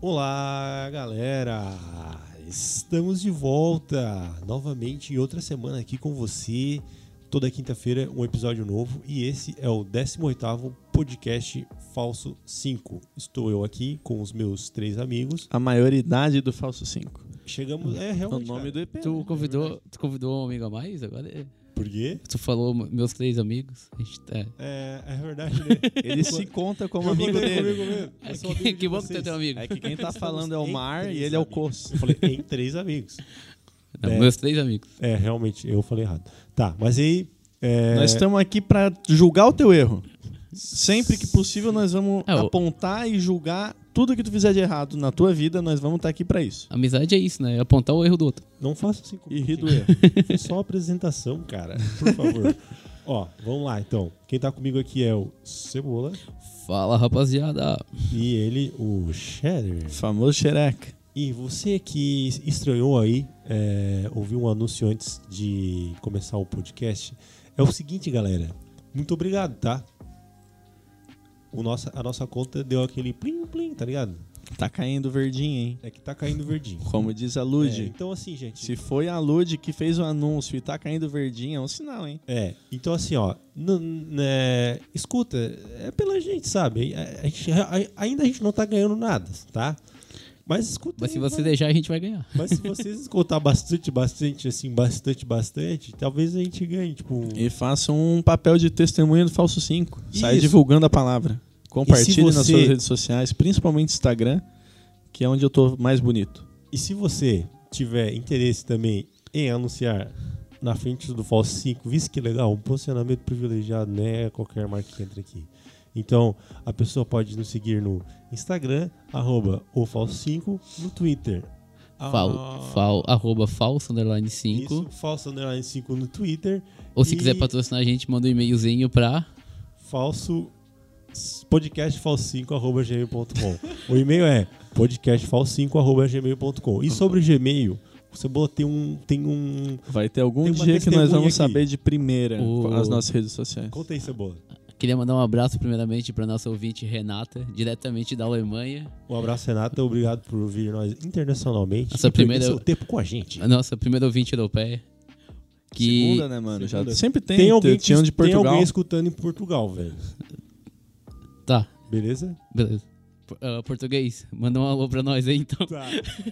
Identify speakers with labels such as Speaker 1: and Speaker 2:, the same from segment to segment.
Speaker 1: Olá, galera! Estamos de volta novamente em outra semana aqui com você. Toda quinta-feira um episódio novo e esse é o 18º podcast Falso 5. Estou eu aqui com os meus três amigos.
Speaker 2: A maioridade do Falso 5.
Speaker 1: Chegamos... É,
Speaker 2: É o
Speaker 1: realmente,
Speaker 2: nome
Speaker 1: cara.
Speaker 2: do EP. né?
Speaker 3: Tu convidou, tu convidou um amigo a mais agora? É.
Speaker 1: Por quê?
Speaker 3: Tu falou m- meus três amigos. A gente tá...
Speaker 1: É, é verdade, né? um
Speaker 2: Ele se conta como
Speaker 1: Eu
Speaker 2: amigo
Speaker 1: contei
Speaker 2: dele.
Speaker 1: comigo mesmo. Eu sou um amigo
Speaker 3: que
Speaker 1: de
Speaker 3: que bom que tu é
Speaker 1: vocês.
Speaker 3: teu amigo.
Speaker 2: É que quem tá
Speaker 1: Estamos
Speaker 2: falando é o
Speaker 1: em
Speaker 2: Mar
Speaker 1: três
Speaker 2: e ele é o
Speaker 1: amigos.
Speaker 2: Coço.
Speaker 1: Eu falei, em três amigos.
Speaker 3: Não,
Speaker 1: É.
Speaker 3: Meus três amigos.
Speaker 1: É, realmente, eu falei errado. Tá, mas aí... é,
Speaker 2: Nós estamos aqui pra julgar o teu erro. Sempre que possível, nós vamos
Speaker 3: É, o-
Speaker 2: apontar e julgar tudo que tu fizer de errado na tua vida, nós vamos estar aqui pra isso.
Speaker 3: Amizade é isso, né? É apontar o erro do outro.
Speaker 1: Não faça assim comigo.
Speaker 2: E rir do
Speaker 1: gente.
Speaker 2: erro.
Speaker 1: Foi só uma apresentação, cara. Por favor. Ó, vamos lá então. Quem tá comigo aqui é o Cebola
Speaker 3: Fala, rapaziada.
Speaker 1: e ele, o Cheddar.
Speaker 2: Famoso xereca.
Speaker 1: E você que estranhou aí, é, ouviu um anúncio antes de começar o podcast, é o seguinte, galera. Muito obrigado, tá? O nossa, a nossa conta deu aquele plim-plim, tá ligado?
Speaker 2: Tá caindo verdinho, hein?
Speaker 1: É que tá caindo verdinho.
Speaker 2: Como diz a
Speaker 1: É,
Speaker 2: Lud.
Speaker 1: então assim, gente.
Speaker 2: Se foi a Lud que fez o anúncio e tá caindo verdinho, é um sinal, hein?
Speaker 1: É, então assim, ó, n- n- é, escuta, é pela gente, sabe? A- a gente- a- ainda a gente não tá ganhando nada, tá? Mas escuta.
Speaker 3: Mas se
Speaker 1: aí,
Speaker 3: você
Speaker 1: vai-
Speaker 3: deixar, a gente vai ganhar.
Speaker 1: mas se vocês escutar bastante, bastante, assim, bastante, bastante, talvez a gente ganhe, tipo.
Speaker 2: E faça um papel de testemunha do Falso 5. Sai
Speaker 1: Isso.
Speaker 2: divulgando a palavra. Compartilhe nas
Speaker 1: você-
Speaker 2: suas redes sociais, principalmente Instagram, que é onde eu tô mais bonito.
Speaker 1: E se você tiver interesse também em anunciar na frente do Falso 5, visto que legal, um posicionamento privilegiado, né? Qualquer marca que entra aqui. Então, a pessoa pode nos seguir no Instagram, arroba o Falso 5, no Twitter.
Speaker 3: Fal, fal, arroba falso, underline 5.
Speaker 1: Ah. Isso, falso underline 5 no Twitter.
Speaker 3: Ou se
Speaker 1: E
Speaker 3: quiser patrocinar a gente, manda um e-mailzinho pra...
Speaker 1: Falso podcast falso 5 arroba gmail.com. o e-mail é podcast falso 5 arroba gmail.com. E sobre o Gmail, o Cebola tem um. Tem um...
Speaker 2: Vai ter algum
Speaker 1: Tem uma
Speaker 2: dia que nós
Speaker 1: testemunha
Speaker 2: vamos
Speaker 1: aqui.
Speaker 2: saber de primeira
Speaker 3: O-
Speaker 2: as nossas redes sociais.
Speaker 1: Conta aí, Cebola.
Speaker 3: Queria mandar um abraço primeiramente pra nossa ouvinte Renata, diretamente da Alemanha.
Speaker 1: Um abraço, Renata. Obrigado por ouvir nós internacionalmente.
Speaker 3: Essa
Speaker 1: e perder
Speaker 3: primeira-
Speaker 1: seu tempo com a gente.
Speaker 3: A nossa primeira ouvinte europeia. Que...
Speaker 2: Segunda, né, mano? Já
Speaker 1: Segunda.
Speaker 2: sempre tem.
Speaker 1: Tem alguém, que,
Speaker 2: tinha um de
Speaker 1: tem
Speaker 2: Portugal.
Speaker 1: alguém escutando em Portugal, velho.
Speaker 3: Tá,
Speaker 1: Beleza?
Speaker 3: beleza. Por- ah, português, manda um alô pra nós aí então.
Speaker 1: Tá.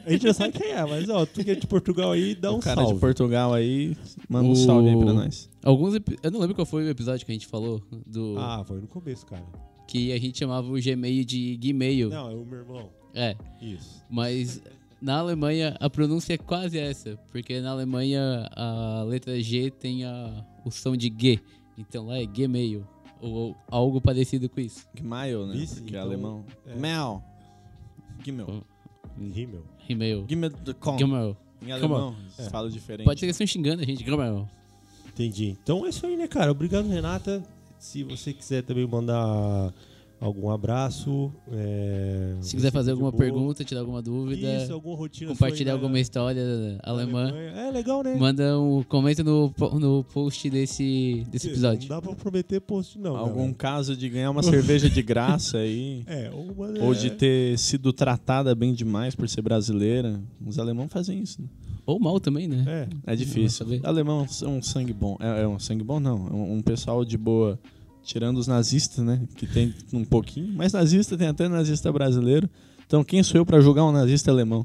Speaker 1: A gente já sabe quem é, mas ó, tu que é de Portugal aí, dá um
Speaker 2: o cara
Speaker 3: é
Speaker 1: salve.
Speaker 2: de Portugal aí, manda um
Speaker 3: O-
Speaker 2: salve aí pra nós.
Speaker 3: Alguns epi- Eu não lembro qual foi o episódio que a gente falou do.
Speaker 1: Ah, foi no começo, cara.
Speaker 3: Que a gente chamava o Gmail de Gmail.
Speaker 1: Não, é o meu irmão.
Speaker 3: É.
Speaker 1: Isso.
Speaker 3: Mas na Alemanha a pronúncia é quase essa. Porque na Alemanha a letra G tem a... o som de G. Então lá é Gmail. Ou, ou algo parecido com isso.
Speaker 2: Gmail, né?
Speaker 1: Vice,
Speaker 2: Porque é
Speaker 1: então,
Speaker 2: alemão.
Speaker 1: é.
Speaker 2: Mel. Gmail.
Speaker 1: Rímel.
Speaker 3: Gmail.
Speaker 2: Gmail.com.
Speaker 3: Gmail.
Speaker 2: Em alemão, fala diferente.
Speaker 3: Pode ser que eles estão xingando a gente. Gmail.
Speaker 1: Entendi. Então é isso aí, né, cara? Obrigado, Renata. Se você quiser também mandar algum abraço. é,
Speaker 3: Se quiser fazer
Speaker 1: de
Speaker 3: alguma
Speaker 1: boa.
Speaker 3: pergunta, tirar alguma dúvida,
Speaker 1: Isso, alguma rotina.
Speaker 3: compartilhar
Speaker 1: sua aí na-
Speaker 3: alguma história
Speaker 1: na
Speaker 3: alemã.
Speaker 1: É legal, né?
Speaker 3: Manda um. Comenta no, po- no post desse, desse episódio.
Speaker 1: Não dá pra prometer post, não.
Speaker 2: Algum
Speaker 1: galera.
Speaker 2: caso de ganhar uma cerveja de graça aí.
Speaker 1: É, ou, manda-
Speaker 2: Ou de ter sido tratada bem demais por ser brasileira. Os alemães fazem isso. Né?
Speaker 3: Ou mal também, né?
Speaker 1: É.
Speaker 2: É difícil.
Speaker 3: vai saber.
Speaker 2: Alemão é um sangue bom. É, é um sangue bom, não. É um, um pessoal de boa. Tirando os nazistas, né? Que tem um pouquinho. Mas nazista tem até nazista brasileiro. Então quem sou eu pra julgar um nazista alemão?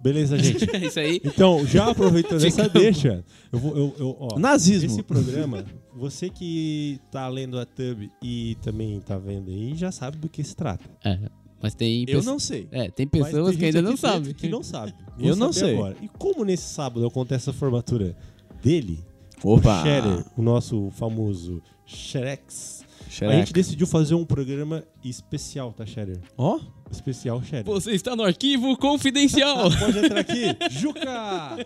Speaker 1: Beleza, gente.
Speaker 3: Isso aí.
Speaker 1: Então, já aproveitando essa
Speaker 3: Ficamos.
Speaker 1: deixa, eu vou. Eu, eu, ó,
Speaker 2: Nazismo!
Speaker 1: esse programa, você que tá lendo a Thumb e também tá vendo aí, já sabe do que se trata.
Speaker 3: É, mas tem.
Speaker 2: Eu
Speaker 3: pe-
Speaker 2: não sei.
Speaker 3: É, tem
Speaker 1: Mas tem
Speaker 3: pessoas que
Speaker 1: gente
Speaker 3: ainda não
Speaker 1: aqui dentro
Speaker 3: sabem.
Speaker 1: Que não sabe.
Speaker 2: Eu não
Speaker 1: saber
Speaker 2: sei.
Speaker 1: Agora. E como nesse sábado acontece a formatura dele,
Speaker 2: Opa!
Speaker 1: Scherer, o nosso famoso Xerex, a
Speaker 2: Xereca.
Speaker 1: gente decidiu fazer um programa especial, tá, Scherer?
Speaker 2: Ó,
Speaker 1: Especial Scherer.
Speaker 3: Você está no arquivo confidencial.
Speaker 1: Pode entrar aqui, Juca!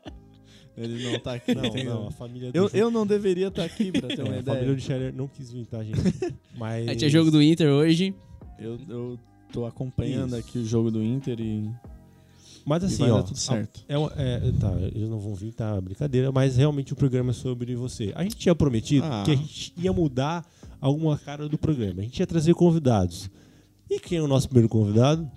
Speaker 2: ele não tá aqui.
Speaker 1: Não, não, a família do
Speaker 2: Eu,
Speaker 1: Juca-
Speaker 2: eu não deveria estar aqui pra ter uma
Speaker 1: É, a família
Speaker 2: ideia.
Speaker 1: do Scherer não quis vir, tá, gente? Mas...
Speaker 3: É, tinha jogo do Inter hoje.
Speaker 2: Eu, eu tô acompanhando
Speaker 1: Isso.
Speaker 2: aqui o jogo do Inter e
Speaker 1: Mas assim,
Speaker 2: vai dar
Speaker 1: ó,
Speaker 2: tudo certo.
Speaker 1: É, uma- é, tá, eles não vão vir, tá? Brincadeira, mas realmente o programa é sobre você. A gente tinha prometido
Speaker 2: Ah.
Speaker 1: que a gente ia mudar alguma cara do programa. A gente ia trazer convidados. E quem é o nosso primeiro convidado?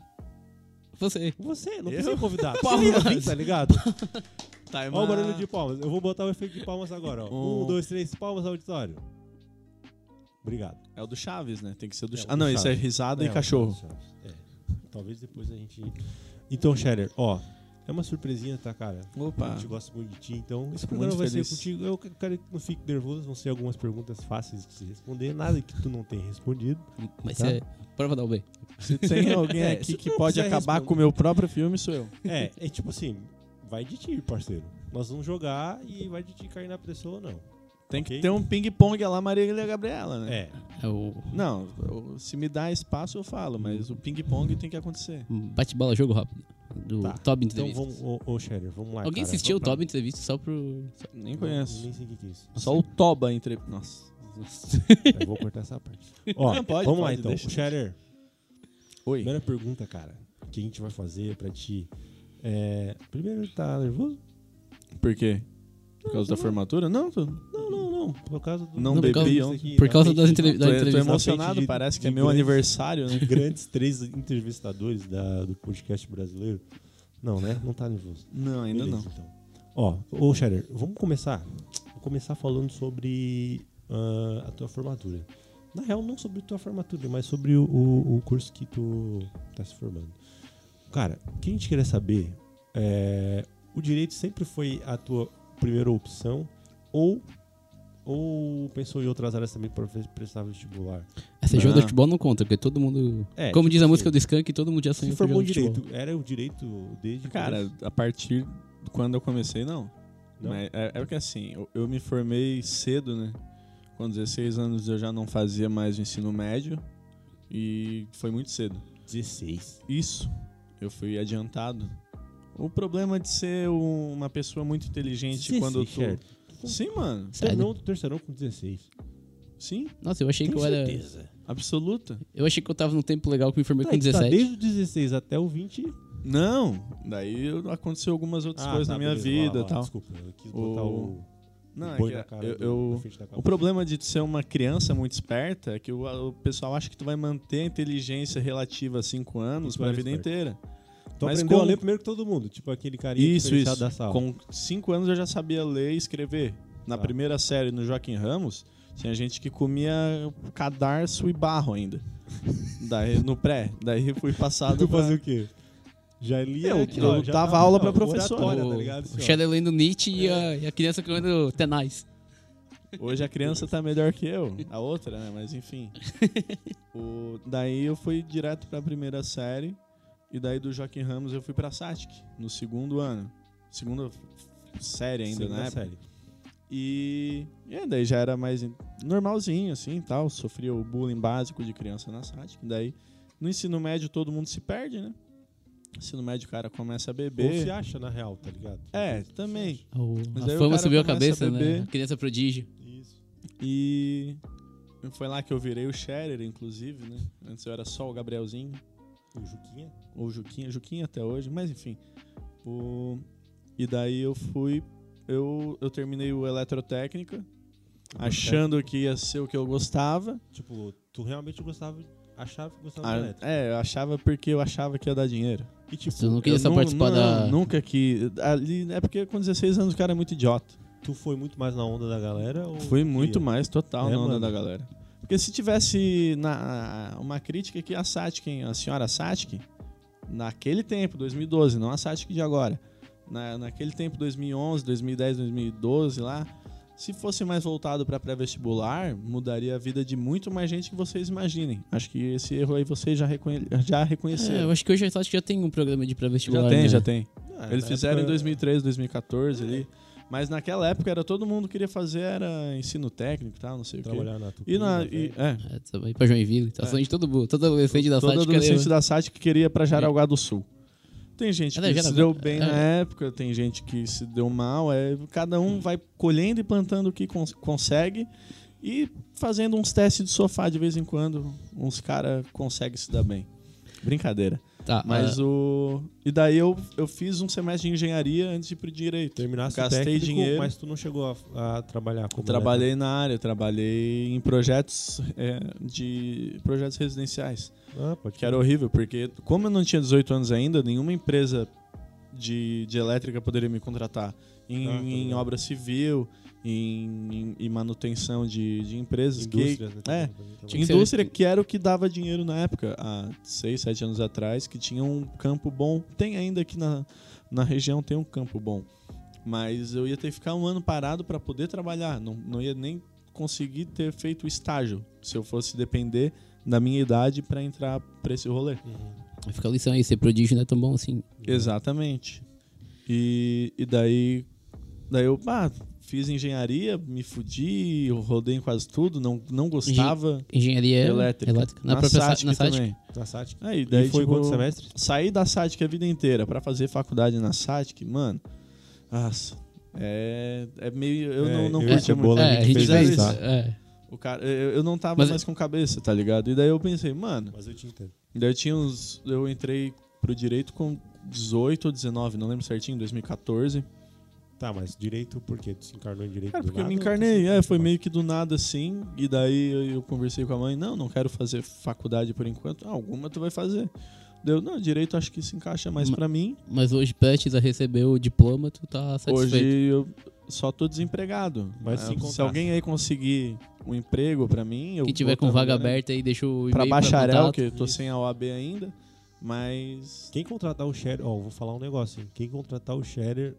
Speaker 3: Você.
Speaker 1: Você, não
Speaker 2: Eu?
Speaker 1: precisa convidar.
Speaker 3: Palmas.
Speaker 1: Palmas. Vir, tá ligado?
Speaker 2: Time
Speaker 1: Olha o barulho
Speaker 2: out.
Speaker 1: de palmas. Eu vou botar o efeito de palmas agora. Ó.
Speaker 2: Um.
Speaker 1: Um, dois, três, palmas, auditório. Obrigado.
Speaker 2: É o do Chaves, né? Tem que ser o do
Speaker 1: É,
Speaker 2: Chaves.
Speaker 1: o
Speaker 2: Ah,
Speaker 1: do
Speaker 2: não, isso é
Speaker 1: Chaves.
Speaker 2: risada
Speaker 1: É,
Speaker 2: e cachorro.
Speaker 1: é. Talvez depois a gente. Então, Scherer, ó. É uma surpresinha, tá, cara?
Speaker 2: Opa.
Speaker 1: A gente gosta muito de ti, então. Esse
Speaker 2: Fico
Speaker 1: programa
Speaker 2: muito
Speaker 1: vai
Speaker 2: feliz.
Speaker 1: ser contigo. Eu quero que tu não fique nervoso, vão ser algumas perguntas fáceis de se responder, nada que tu não tenha respondido.
Speaker 3: Mas
Speaker 1: Tá.
Speaker 3: é prova da UB.
Speaker 2: Se tem alguém
Speaker 1: É,
Speaker 2: aqui
Speaker 1: se
Speaker 2: que
Speaker 1: tu
Speaker 2: pode
Speaker 1: quiser
Speaker 2: acabar
Speaker 1: responder.
Speaker 2: com o meu próprio filme, sou eu.
Speaker 1: É, é tipo assim, vai de ti, parceiro. Nós vamos jogar e vai de ti cair na pessoa ou não.
Speaker 2: Tem
Speaker 1: Ok?
Speaker 2: que ter um ping-pong lá, Marília Gabriela, né?
Speaker 1: É,
Speaker 3: É o
Speaker 2: Não, eu- se me dá espaço eu falo, mas o ping-pong tem que acontecer.
Speaker 3: bate-bola jogo rápido. Do
Speaker 1: Tá.
Speaker 3: Toby
Speaker 1: então
Speaker 3: Entrevista.
Speaker 1: vamos, ô, ô Scherer, vamos lá.
Speaker 3: Alguém
Speaker 1: cara.
Speaker 3: assistiu o
Speaker 1: Vamos
Speaker 3: Toby Entrevista só pro. só-
Speaker 2: Nem
Speaker 1: pra-
Speaker 2: conheço.
Speaker 1: Nem sei o que que é isso.
Speaker 2: Só o Toba entre. Nossa.
Speaker 1: Eu vou cortar essa parte. Ó,
Speaker 2: Não, pode,
Speaker 1: vamos lá
Speaker 2: pode,
Speaker 1: então.
Speaker 2: deixa,
Speaker 1: o Scherer,
Speaker 2: Oi.
Speaker 1: primeira pergunta, cara, que a gente vai fazer pra ti. É, primeiro, tá nervoso?
Speaker 2: Por quê? Por causa da formatura? Não, tô...
Speaker 1: Não, não, não. Por causa do.
Speaker 2: Não
Speaker 1: do-
Speaker 2: bebi
Speaker 1: por causa
Speaker 2: ontem.
Speaker 1: daqui,
Speaker 3: Por
Speaker 1: da
Speaker 3: causa
Speaker 1: mente
Speaker 3: das
Speaker 1: de-
Speaker 3: entrevistas.
Speaker 2: tô,
Speaker 3: Da
Speaker 2: tô
Speaker 3: entrevista.
Speaker 2: emocionado,
Speaker 1: de-
Speaker 2: parece que é
Speaker 1: de
Speaker 2: meu
Speaker 1: grandes-
Speaker 2: aniversário, né?
Speaker 1: grandes três entrevistadores da- do podcast brasileiro. Não, né? Não tá nervoso.
Speaker 2: Não, ainda não.
Speaker 1: Beleza, Então. Ó, ô Scherer, vamos começar. Vou começar falando sobre ah, a tua formatura. Na real, não sobre tua formatura, mas sobre o, o- o curso que tu tá se formando. Cara, o que a gente queria saber é, o direito sempre foi a tua primeira opção ou ou pensou em outras áreas também para prestar vestibular?
Speaker 3: Essa jogo de
Speaker 2: Ah.
Speaker 3: futebol não conta, porque todo mundo.
Speaker 1: É,
Speaker 3: Como
Speaker 1: tipo
Speaker 3: diz a
Speaker 1: assim,
Speaker 3: música do Skank, todo mundo já
Speaker 1: se
Speaker 3: sonhou com
Speaker 1: formou em
Speaker 3: jogo de futebol.
Speaker 1: direito, era o direito desde o
Speaker 2: Cara,
Speaker 1: começo?
Speaker 2: a partir de quando eu comecei, não.
Speaker 1: Não?
Speaker 2: Mas é, é porque assim, eu, eu me formei cedo, né? Com 16 anos eu já não fazia mais o ensino médio e foi muito cedo.
Speaker 1: 16.
Speaker 2: Isso, eu fui adiantado. O problema de ser um- uma pessoa muito inteligente quando tu.
Speaker 1: Scherer, tu
Speaker 2: Sim, mano.
Speaker 3: Sério?
Speaker 1: Terminou o terceirão com 16.
Speaker 2: Sim,
Speaker 3: Nossa, eu achei que eu era.
Speaker 2: é? absoluta.
Speaker 3: Eu achei que eu tava num tempo legal que eu me formei
Speaker 1: Tá,
Speaker 3: com
Speaker 1: e tu tá
Speaker 3: 17.
Speaker 1: desde o 16 até o 20.
Speaker 2: Não, daí eu- aconteceu algumas outras coisas
Speaker 1: tá,
Speaker 2: na minha
Speaker 1: beleza, vai lá,
Speaker 2: vida
Speaker 1: vai
Speaker 2: e
Speaker 1: lá,
Speaker 2: tal.
Speaker 1: Desculpa, eu quis botar o, o
Speaker 2: Não, é
Speaker 1: boi
Speaker 2: que
Speaker 1: na cara.
Speaker 2: eu-
Speaker 1: do-
Speaker 2: eu-
Speaker 1: na frente da
Speaker 2: O
Speaker 1: cabeça.
Speaker 2: problema de tu ser uma criança muito esperta é que o, o pessoal acha que tu vai manter a inteligência relativa a 5 anos
Speaker 1: tu
Speaker 2: pra
Speaker 1: era
Speaker 2: vida
Speaker 1: esperto.
Speaker 2: inteira.
Speaker 1: Tu
Speaker 2: mas
Speaker 1: aprendeu a
Speaker 2: como-
Speaker 1: ler primeiro que todo mundo. Tipo aquele carinha que
Speaker 2: Isso,
Speaker 1: foi deixado
Speaker 2: isso.
Speaker 1: da sala.
Speaker 2: Com 5 anos eu já sabia ler e escrever. Na
Speaker 1: Tá.
Speaker 2: primeira série no Joaquim Ramos, tinha gente que comia cadarço e barro ainda. Daí no pré, daí fui passado
Speaker 1: Tu
Speaker 2: pra...
Speaker 1: fazia o quê? Já lia.
Speaker 2: Eu-
Speaker 1: aqui, ó,
Speaker 2: eu
Speaker 1: já
Speaker 2: dava
Speaker 1: tava-
Speaker 2: aula pra
Speaker 1: ó,
Speaker 2: professora.
Speaker 1: oratória,
Speaker 3: o
Speaker 1: tá ligado?
Speaker 3: o
Speaker 1: Assim, ó.
Speaker 3: Shadow lendo Nietzsche e,
Speaker 2: É.
Speaker 3: a, e a criança comendo tenais.
Speaker 2: Hoje a criança tá melhor que eu, a outra, né? Mas enfim. O- Daí eu fui direto pra primeira série. E daí do Joaquim Ramos eu fui pra Satic, no segundo ano. Segunda série ainda,
Speaker 1: Segunda
Speaker 2: né?
Speaker 1: série.
Speaker 2: E, e é, daí já era mais in- normalzinho, assim, e tal. Sofria o bullying básico de criança na SAT. Daí, no ensino médio, todo mundo se perde, né? Ensino médio, o cara começa a
Speaker 1: Ou se
Speaker 2: beber.
Speaker 1: acha na real, tá ligado?
Speaker 2: É,
Speaker 1: Se
Speaker 2: também.
Speaker 3: O-
Speaker 2: Mas
Speaker 3: a
Speaker 2: daí o
Speaker 3: fama
Speaker 2: cara
Speaker 3: subiu a
Speaker 2: começa a
Speaker 3: cabeça, né?
Speaker 2: beber.
Speaker 3: A criança prodígio.
Speaker 1: acha. Isso.
Speaker 2: E foi lá que eu virei o Scherer, inclusive, né? Antes eu era só o Gabrielzinho.
Speaker 1: O Juquinha.
Speaker 2: ou Juquinha, Juquinha até hoje, mas enfim. O... E daí eu fui, eu, eu terminei o Eletrotécnica, achando que ia ser o que eu gostava.
Speaker 1: Tipo, tu realmente gostava, achava que
Speaker 3: Então tá
Speaker 1: gostava
Speaker 2: Ah,
Speaker 1: de elétrica.
Speaker 2: é, eu achava porque eu achava que ia dar dinheiro.
Speaker 1: E tipo,
Speaker 3: Tu não queria
Speaker 2: eu
Speaker 3: só
Speaker 2: nu-
Speaker 3: participar
Speaker 2: não,
Speaker 3: da.
Speaker 2: Nunca que. Ali, é porque com 16 anos o cara é muito idiota.
Speaker 1: tu foi muito mais na onda da galera? Ou
Speaker 2: Foi muito
Speaker 1: queria?
Speaker 2: mais total
Speaker 1: É,
Speaker 2: na onda
Speaker 1: mano.
Speaker 2: da galera. Porque se tivesse na, uma crítica que a Satkin, a senhora Satkin, naquele tempo, 2012, não a Satkin de agora, na, naquele tempo, 2011, 2010, 2012 lá, se fosse mais voltado para pré-vestibular, mudaria a vida de muito mais gente que vocês imaginem. Acho que esse erro aí vocês já, reconhe já
Speaker 3: É, eu
Speaker 2: reconheceram.
Speaker 3: acho que hoje a Atlético já tem um programa de pré-vestibular.
Speaker 2: já tem,
Speaker 3: né?
Speaker 2: já tem.
Speaker 1: Ah,
Speaker 2: Eles
Speaker 1: na
Speaker 2: fizeram em
Speaker 1: época-
Speaker 2: 2013, 2014 ali. Mas naquela época era todo mundo queria fazer era ensino técnico e tal, não sei o quê.
Speaker 1: Trabalhar na Tupi,
Speaker 2: E na.
Speaker 1: na
Speaker 2: e-
Speaker 1: Velha.
Speaker 2: é.
Speaker 3: É, também pra Joinville. Tá
Speaker 2: É.
Speaker 3: sonho de todo mundo. Todo adolescente da
Speaker 2: Todo
Speaker 3: Atlético
Speaker 2: adolescente da SAT que queria ir pra Jaraguá do Sul. Tem gente
Speaker 3: É,
Speaker 2: que
Speaker 3: né,
Speaker 2: se
Speaker 3: Jaraguá-
Speaker 2: deu bem
Speaker 3: é.
Speaker 2: na época, tem gente que se deu mal. É, cada um vai colhendo e plantando o que cons- consegue e fazendo uns testes de sofá de vez em quando. Uns caras conseguem se dar bem. Brincadeira.
Speaker 3: Tá,
Speaker 2: Mas
Speaker 3: ah,
Speaker 2: o. E daí eu, eu fiz um semestre de engenharia antes de ir pro direito.
Speaker 1: Terminasse
Speaker 2: Gastei
Speaker 1: o técnico,
Speaker 2: dinheiro.
Speaker 1: mas tu não chegou a, a trabalhar como
Speaker 2: trabalhei na área, trabalhei em projetos é, de projetos residenciais,
Speaker 1: elétrico. Ah, pode
Speaker 2: que era horrível, porque como eu não tinha 18 anos ainda, nenhuma empresa de, de elétrica poderia me contratar em,
Speaker 1: Ah, tá
Speaker 2: em
Speaker 1: ligado.
Speaker 2: obra civil, em, em- em manutenção de, de empresas, que
Speaker 1: Indústrias, né?
Speaker 2: é,
Speaker 1: Trabalhando.
Speaker 2: tinha
Speaker 3: que ser-
Speaker 2: indústria que era o que dava dinheiro na época, há 6, 7 anos atrás, que tinha um campo bom. Tem ainda aqui na, na região, tem um campo bom. Mas eu ia ter que ficar um ano parado para poder trabalhar. Não, não ia nem conseguir ter feito estágio se eu fosse depender da minha idade para entrar pra esse rolê.
Speaker 3: Uhum. Fica a lição aí, ser prodígio não é tão bom assim.
Speaker 2: Exatamente. E, e daí, daí eu ah, fiz engenharia, me fudi, eu rodei em quase tudo, não, não gostava.
Speaker 3: Engenharia é
Speaker 2: Elétrica.
Speaker 3: elétrica. Na, própria Sa-
Speaker 2: SATIC
Speaker 3: na É, SATIC.
Speaker 2: também.
Speaker 1: Na SATIC.
Speaker 2: Aí, daí,
Speaker 1: E foi
Speaker 2: tipo,
Speaker 1: quantos semestres?
Speaker 2: Saí da SATIC a vida inteira pra fazer faculdade na SATIC, mano. Nossa, é, é meio. Eu
Speaker 1: É,
Speaker 2: não, não
Speaker 1: eu e
Speaker 2: curtia
Speaker 1: o
Speaker 2: muito.
Speaker 1: Cebola,
Speaker 3: É, a gente
Speaker 2: Fizeram
Speaker 3: fez.
Speaker 2: isso.
Speaker 3: é.
Speaker 2: O cara, eu, eu não tava
Speaker 3: Mas-
Speaker 2: mais com cabeça, tá ligado? E daí eu pensei, mano.
Speaker 1: Mas eu te entendo.
Speaker 2: Daí eu tinha uns. Eu entrei pro direito com 18 ou 19, não lembro certinho, 2014.
Speaker 1: Tá, mas direito por quê? Tu se encarnou em direito
Speaker 2: Cara,
Speaker 1: do
Speaker 2: porque eu me
Speaker 1: nada? assim.
Speaker 2: encarnei, é, foi meio que do nada assim, e daí eu, eu conversei com a mãe, não, não quero fazer faculdade por enquanto, ah, alguma tu vai fazer. Deu, não, direito acho que se encaixa mais
Speaker 3: Ma-
Speaker 2: pra mim.
Speaker 3: Mas hoje, prestes a receber o diploma, tu tá
Speaker 2: Hoje
Speaker 3: satisfeito.
Speaker 2: eu só tô desempregado.
Speaker 1: Mas
Speaker 2: Ah,
Speaker 1: se encontrasse.
Speaker 2: alguém aí conseguir um emprego pra mim, eu
Speaker 3: Quem tiver
Speaker 2: vou
Speaker 3: com
Speaker 2: tá
Speaker 3: vaga
Speaker 2: trabalhando.
Speaker 3: aberta aí, deixa o e-mail
Speaker 2: pra bacharel,
Speaker 3: contato.
Speaker 2: que eu tô
Speaker 1: Isso.
Speaker 2: sem a OAB ainda, mas
Speaker 1: Quem contratar o Shader, ó, vou falar um negócio, hein? Quem contratar o Shader,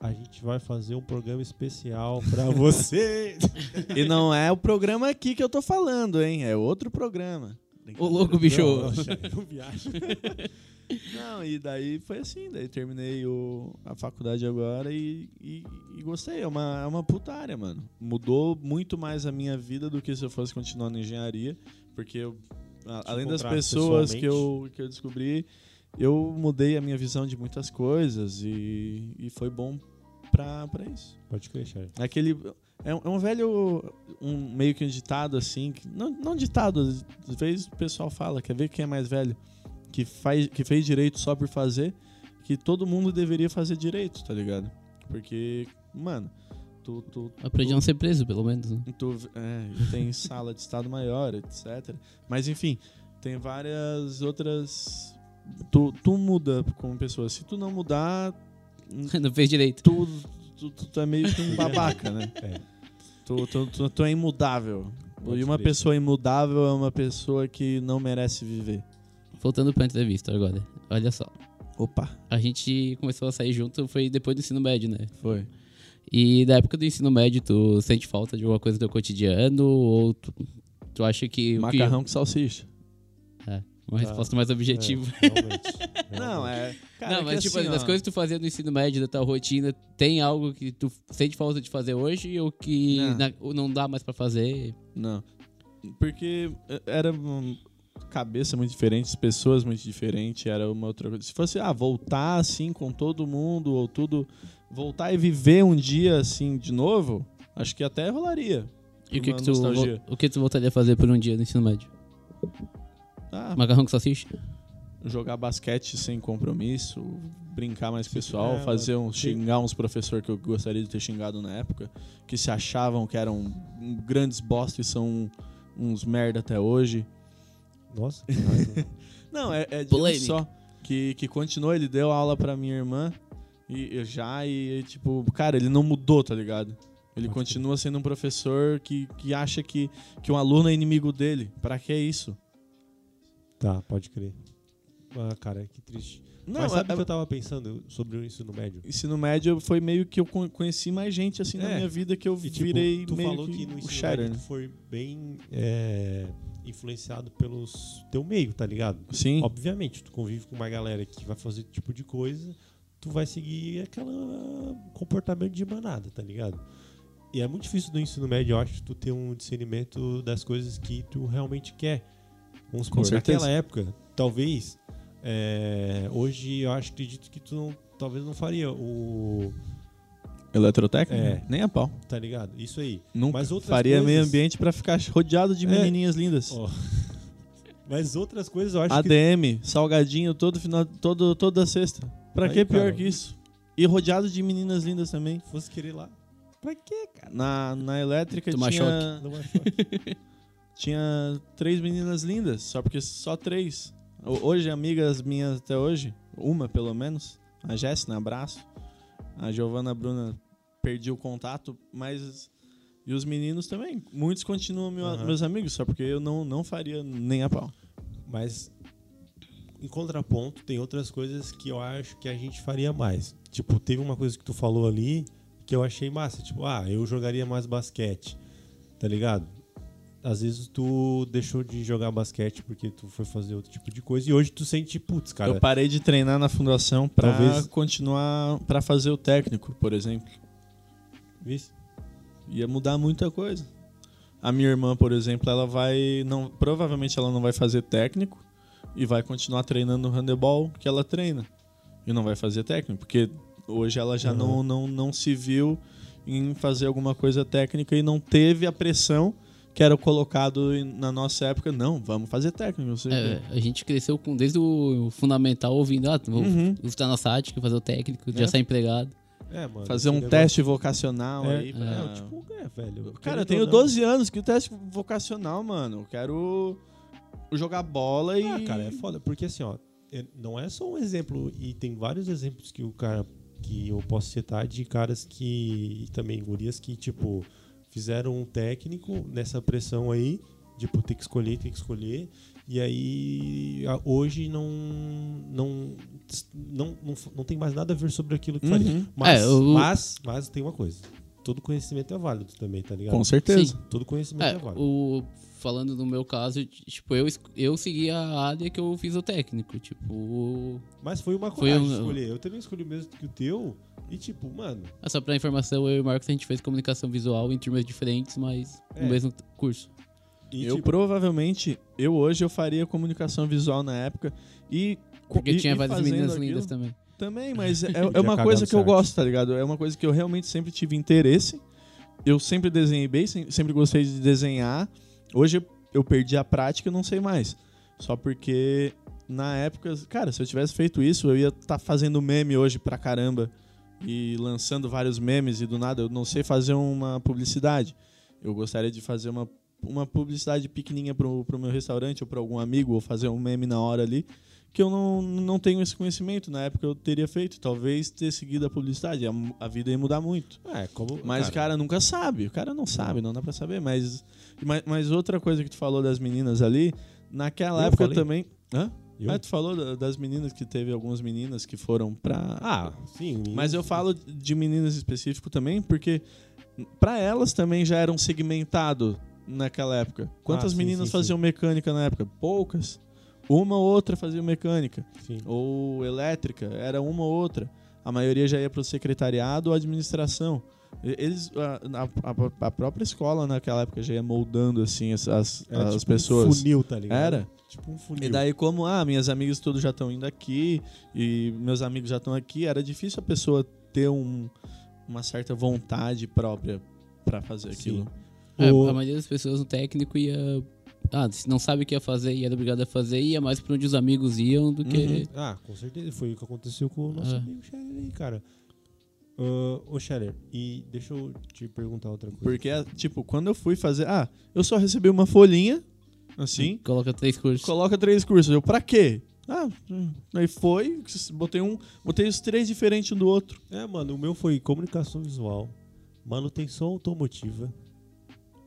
Speaker 1: a gente vai fazer um programa especial pra você.
Speaker 2: E não é o programa aqui que eu tô falando, hein? É outro programa.
Speaker 3: Ô, louco, bicho.
Speaker 1: Não, não, Shader, não viaja.
Speaker 2: Não, e daí foi assim, daí terminei o- a faculdade agora e, e- e gostei. É uma, é uma puta área, mano. Mudou muito mais a minha vida do que se eu fosse continuar na engenharia, porque eu, a-
Speaker 1: Te
Speaker 2: além das
Speaker 1: encontrar
Speaker 2: pessoas que eu,
Speaker 1: pessoalmente.
Speaker 2: que eu descobri, eu mudei a minha visão de muitas coisas e, e foi bom pra, pra isso.
Speaker 1: Pode crer, Shader.
Speaker 2: Aquele. É um, é um velho. Um, meio que um ditado assim. que- não, não ditado, às vezes o pessoal fala, quer ver quem é mais velho? Que, faz, que fez direito só por fazer. Que todo mundo deveria fazer direito, tá ligado? Porque, mano, tu. tu
Speaker 3: Aprendi a não ser preso, pelo menos. né?
Speaker 2: Tu, é, tem sala de estado maior, etc. Mas enfim, tem várias outras. Tu, tu muda como pessoa. Se tu não mudar,
Speaker 3: não fez direito.
Speaker 2: tu, tu, tu, tu é meio que um babaca, né?
Speaker 1: É.
Speaker 2: Tu, tu, tu, tu é imudável.
Speaker 1: Pode
Speaker 2: e uma
Speaker 1: crer.
Speaker 2: pessoa imudável é uma pessoa que não merece viver.
Speaker 3: Voltando pra entrevista agora. Olha só.
Speaker 2: Opa,
Speaker 3: A gente começou a sair junto, foi depois do ensino médio, né?
Speaker 2: foi.
Speaker 3: E da época do ensino médio, tu sente falta de alguma coisa do cotidiano? Ou tu, tu acha que. o que-
Speaker 2: Macarrão com salsicha.
Speaker 3: uma resposta mais objetiva.
Speaker 1: É, realmente, realmente.
Speaker 2: Não, é. Cara,
Speaker 3: não,
Speaker 2: é que
Speaker 3: mas tipo,
Speaker 2: assim,
Speaker 3: das
Speaker 2: ó,
Speaker 3: coisas que tu fazia no ensino médio, da tua rotina, tem algo que tu sente falta de fazer hoje ou que
Speaker 2: Não.
Speaker 3: na- ou não dá mais pra fazer?
Speaker 2: Não. Porque eh, era uma cabeça muito diferente, pessoas muito diferentes, era uma outra coisa. Se fosse, ah, voltar assim com todo mundo, ou tudo. Voltar e viver um dia assim de novo, acho que até rolaria.
Speaker 3: E o que,
Speaker 2: Uma
Speaker 3: que tu, vo-
Speaker 2: nostalgia.
Speaker 3: o que tu voltaria a fazer por um dia no ensino médio?
Speaker 2: Ah,
Speaker 3: Macarrão com salsicha?
Speaker 2: jogar basquete sem compromisso, brincar mais pessoal,
Speaker 1: É,
Speaker 2: fazer um
Speaker 1: tem-
Speaker 2: xingar uns professor que eu gostaria de ter xingado na época, que se achavam que eram um- grandes bosta e são uns merda até hoje.
Speaker 1: Nossa, que raiva.
Speaker 2: Não, é, é de um
Speaker 3: Polêmica.
Speaker 2: só que que continuou, ele deu aula pra minha irmã e eu já e tipo, cara, ele não mudou, tá ligado? Ele
Speaker 1: Pode
Speaker 2: continua sendo um professor que, que acha que, que um aluno é inimigo dele. Pra que isso?
Speaker 1: Tá, pode crer. Ah, cara, que triste.
Speaker 2: Não,
Speaker 1: mas sabe o
Speaker 2: é-
Speaker 1: que eu tava pensando sobre o ensino médio?
Speaker 2: ensino médio foi meio que eu con- conheci mais gente assim na
Speaker 1: É.
Speaker 2: minha vida que eu
Speaker 1: E, tipo,
Speaker 2: virei
Speaker 1: tu
Speaker 2: meio
Speaker 1: falou que,
Speaker 2: que,
Speaker 1: no
Speaker 2: o
Speaker 1: ensino
Speaker 2: Shader.
Speaker 1: médio tu foi bem é, influenciado pelos teu meio, tá ligado?
Speaker 2: Sim.
Speaker 1: Obviamente, tu convive com uma galera que vai fazer tipo de coisa, tu vai seguir aquele comportamento de manada, tá ligado? E é muito difícil no ensino médio, eu acho, tu ter um discernimento das coisas que tu realmente quer. Vamos
Speaker 2: Com
Speaker 1: supor,
Speaker 2: certeza.
Speaker 1: naquela época, talvez, é, hoje eu acho, acredito que tu não, talvez não faria o...
Speaker 2: Eletrotécnica?
Speaker 1: É.
Speaker 2: Nem a pau.
Speaker 1: tá ligado? Isso aí.
Speaker 2: Nunca
Speaker 1: Mas outras
Speaker 2: faria
Speaker 1: coisas-
Speaker 2: meio ambiente pra ficar rodeado de
Speaker 1: É.
Speaker 2: menininhas lindas.
Speaker 1: Ó. Mas outras coisas eu acho que.
Speaker 2: ADM, salgadinho todo final, todo, toda sexta. Pra
Speaker 1: Aí,
Speaker 2: que pior
Speaker 1: cara.
Speaker 2: que isso? E rodeado de meninas lindas também.
Speaker 1: Fosse querer lá. Pra quê, cara?
Speaker 2: Na, na elétrica
Speaker 3: Tomar
Speaker 2: tinha,
Speaker 1: Não achou.
Speaker 2: tinha três meninas lindas, só porque só três. Ho- Hoje, amigas minhas até hoje, uma pelo menos, a Jéssica, um abraço. A Giovana a Bruna, perdi o contato, mas. E os meninos também. Muitos continuam meu-
Speaker 1: Aham.
Speaker 2: meus amigos, só porque eu não, não faria nem a pau.
Speaker 1: Mas, em contraponto, tem outras coisas que eu acho que a gente faria mais. Tipo, teve uma coisa que tu falou ali que eu achei massa. Tipo, ah, eu jogaria mais basquete. Tá ligado? Às vezes tu deixou de jogar basquete porque tu foi fazer outro tipo de coisa e hoje tu sente, putz, cara.
Speaker 2: eu parei de treinar na fundação pra
Speaker 1: Talvez-
Speaker 2: continuar pra fazer o técnico, por exemplo.
Speaker 1: Vixe,
Speaker 2: Ia mudar muita coisa. A minha irmã, por exemplo, ela vai não, provavelmente ela não vai fazer técnico e vai continuar treinando o handebol que ela treina. E não vai fazer técnico, porque hoje ela já não, não não se viu em fazer alguma coisa técnica e não teve a pressão que era colocado em- na nossa época, não, vamos fazer técnico, você
Speaker 3: É, a gente cresceu com desde o fundamental ouvindo, ah, vou
Speaker 2: Uhum.
Speaker 3: estudar na SATIC, fazer o técnico,
Speaker 2: É.
Speaker 3: já sair empregado.
Speaker 1: É, mano. esse
Speaker 2: fazer um
Speaker 1: negócio-
Speaker 2: teste né? vocacional
Speaker 1: É,
Speaker 2: aí pra-
Speaker 1: é, tipo, é, velho.
Speaker 2: Cara, eu
Speaker 1: querendo
Speaker 2: tenho
Speaker 1: ou não-
Speaker 2: 12 anos, que teste vocacional, mano. Eu quero jogar bola e.
Speaker 1: Ah, cara, é foda, porque assim, ó, é- não é só um exemplo, e tem vários exemplos que o cara que eu posso citar de caras que e também gurias que tipo fizeram um técnico nessa pressão aí, tipo, ter que escolher, ter que escolher, e aí a- hoje não não não, não, f- não tem mais nada a ver sobre aquilo que
Speaker 2: Uhum.
Speaker 1: faria. Mas,
Speaker 3: É, o-
Speaker 1: mas, mas tem uma coisa. Todo conhecimento é válido também, tá ligado?
Speaker 2: Com certeza.
Speaker 3: Sim.
Speaker 1: Todo conhecimento é,
Speaker 3: É,
Speaker 1: válido.
Speaker 3: o, falando no meu caso, tipo, eu, es- eu segui a área que eu fiz o técnico. Tipo,
Speaker 1: Mas foi uma
Speaker 3: Foi
Speaker 1: coragem
Speaker 3: um-
Speaker 1: escolher. Eu também escolhi o mesmo que o teu. E tipo, mano,
Speaker 3: ah, só pra informação, eu e o Marcos a gente fez comunicação visual em turmas diferentes, mas
Speaker 1: É.
Speaker 3: no mesmo t- curso.
Speaker 1: E,
Speaker 2: eu
Speaker 1: tipo,
Speaker 2: provavelmente, eu hoje eu faria comunicação visual na época e.
Speaker 3: Porque
Speaker 2: e-
Speaker 3: tinha
Speaker 2: e
Speaker 3: várias
Speaker 2: fazendo
Speaker 3: meninas
Speaker 2: aquilo
Speaker 3: lindas também.
Speaker 2: Também, mas é, é
Speaker 1: Podia
Speaker 2: uma
Speaker 1: cagar
Speaker 2: coisa
Speaker 1: no
Speaker 2: que eu
Speaker 1: site.
Speaker 2: gosto, tá ligado? É uma coisa que eu realmente sempre tive interesse. Eu sempre desenhei bem, sem- sempre gostei de desenhar. Hoje eu perdi a prática, eu não sei mais. Só porque na época, cara, se eu tivesse feito isso, eu ia estar fazendo meme hoje pra caramba e lançando vários memes e do nada eu não sei fazer uma publicidade. Eu gostaria de fazer uma, uma publicidade pequenininha pro, pro meu restaurante ou pra algum amigo ou fazer um meme na hora ali que eu não, não tenho esse conhecimento. Na época eu teria feito, talvez ter seguido a publicidade. A, a vida ia mudar muito.
Speaker 1: é, como,
Speaker 2: Mas o cara nunca sabe. O cara não sabe, não dá pra saber. Mas, mas, mas outra coisa que tu falou das meninas ali, naquela
Speaker 1: Eu
Speaker 2: época
Speaker 1: falei.
Speaker 2: também. Hã?
Speaker 1: eu-
Speaker 2: Ah, tu falou da- das meninas que teve algumas meninas que foram pra.
Speaker 1: ah, sim.
Speaker 2: Mas eu falo de meninas específico também, porque pra elas também já era um segmentado naquela época. Quantas
Speaker 1: Ah, sim,
Speaker 2: meninas
Speaker 1: sim,
Speaker 2: faziam mecânica na época? Poucas. Uma ou outra fazia mecânica
Speaker 1: Sim.
Speaker 2: ou elétrica, era uma ou outra. A maioria já ia para o secretariado ou administração. E- Eles, a, a- a própria escola naquela época já ia moldando assim as, as,
Speaker 1: Era
Speaker 2: as
Speaker 1: tipo Um
Speaker 2: pessoas.
Speaker 1: funil, tá ligado?
Speaker 2: Era.
Speaker 1: Tipo um
Speaker 2: E
Speaker 1: funil.
Speaker 2: daí, como, ah, minhas amigas todos já estão indo aqui e meus amigos já estão aqui, era difícil a pessoa ter um- uma certa vontade própria para fazer
Speaker 1: Sim.
Speaker 2: aquilo.
Speaker 3: É,
Speaker 1: O- Uhum.
Speaker 3: a maioria das pessoas no técnico ia. Ah, se não sabe o que ia fazer e era obrigado a fazer, ia mais pra onde os amigos iam do que.
Speaker 2: Uhum.
Speaker 1: Ah, com certeza. Foi o que aconteceu com o nosso
Speaker 2: É.
Speaker 3: Ah.
Speaker 1: amigo Scherer aí, cara. Ah, ô, Scherer, e deixa eu te perguntar outra coisa.
Speaker 2: Porque, tipo, quando eu fui fazer, ah, eu só recebi uma folhinha, assim,
Speaker 3: Coloca três cursos.
Speaker 2: Coloca três cursos. Eu, pra quê? Ah, hum. aí foi, botei um, botei os três diferentes um do outro.
Speaker 1: É, mano, o meu foi comunicação visual, manutenção automotiva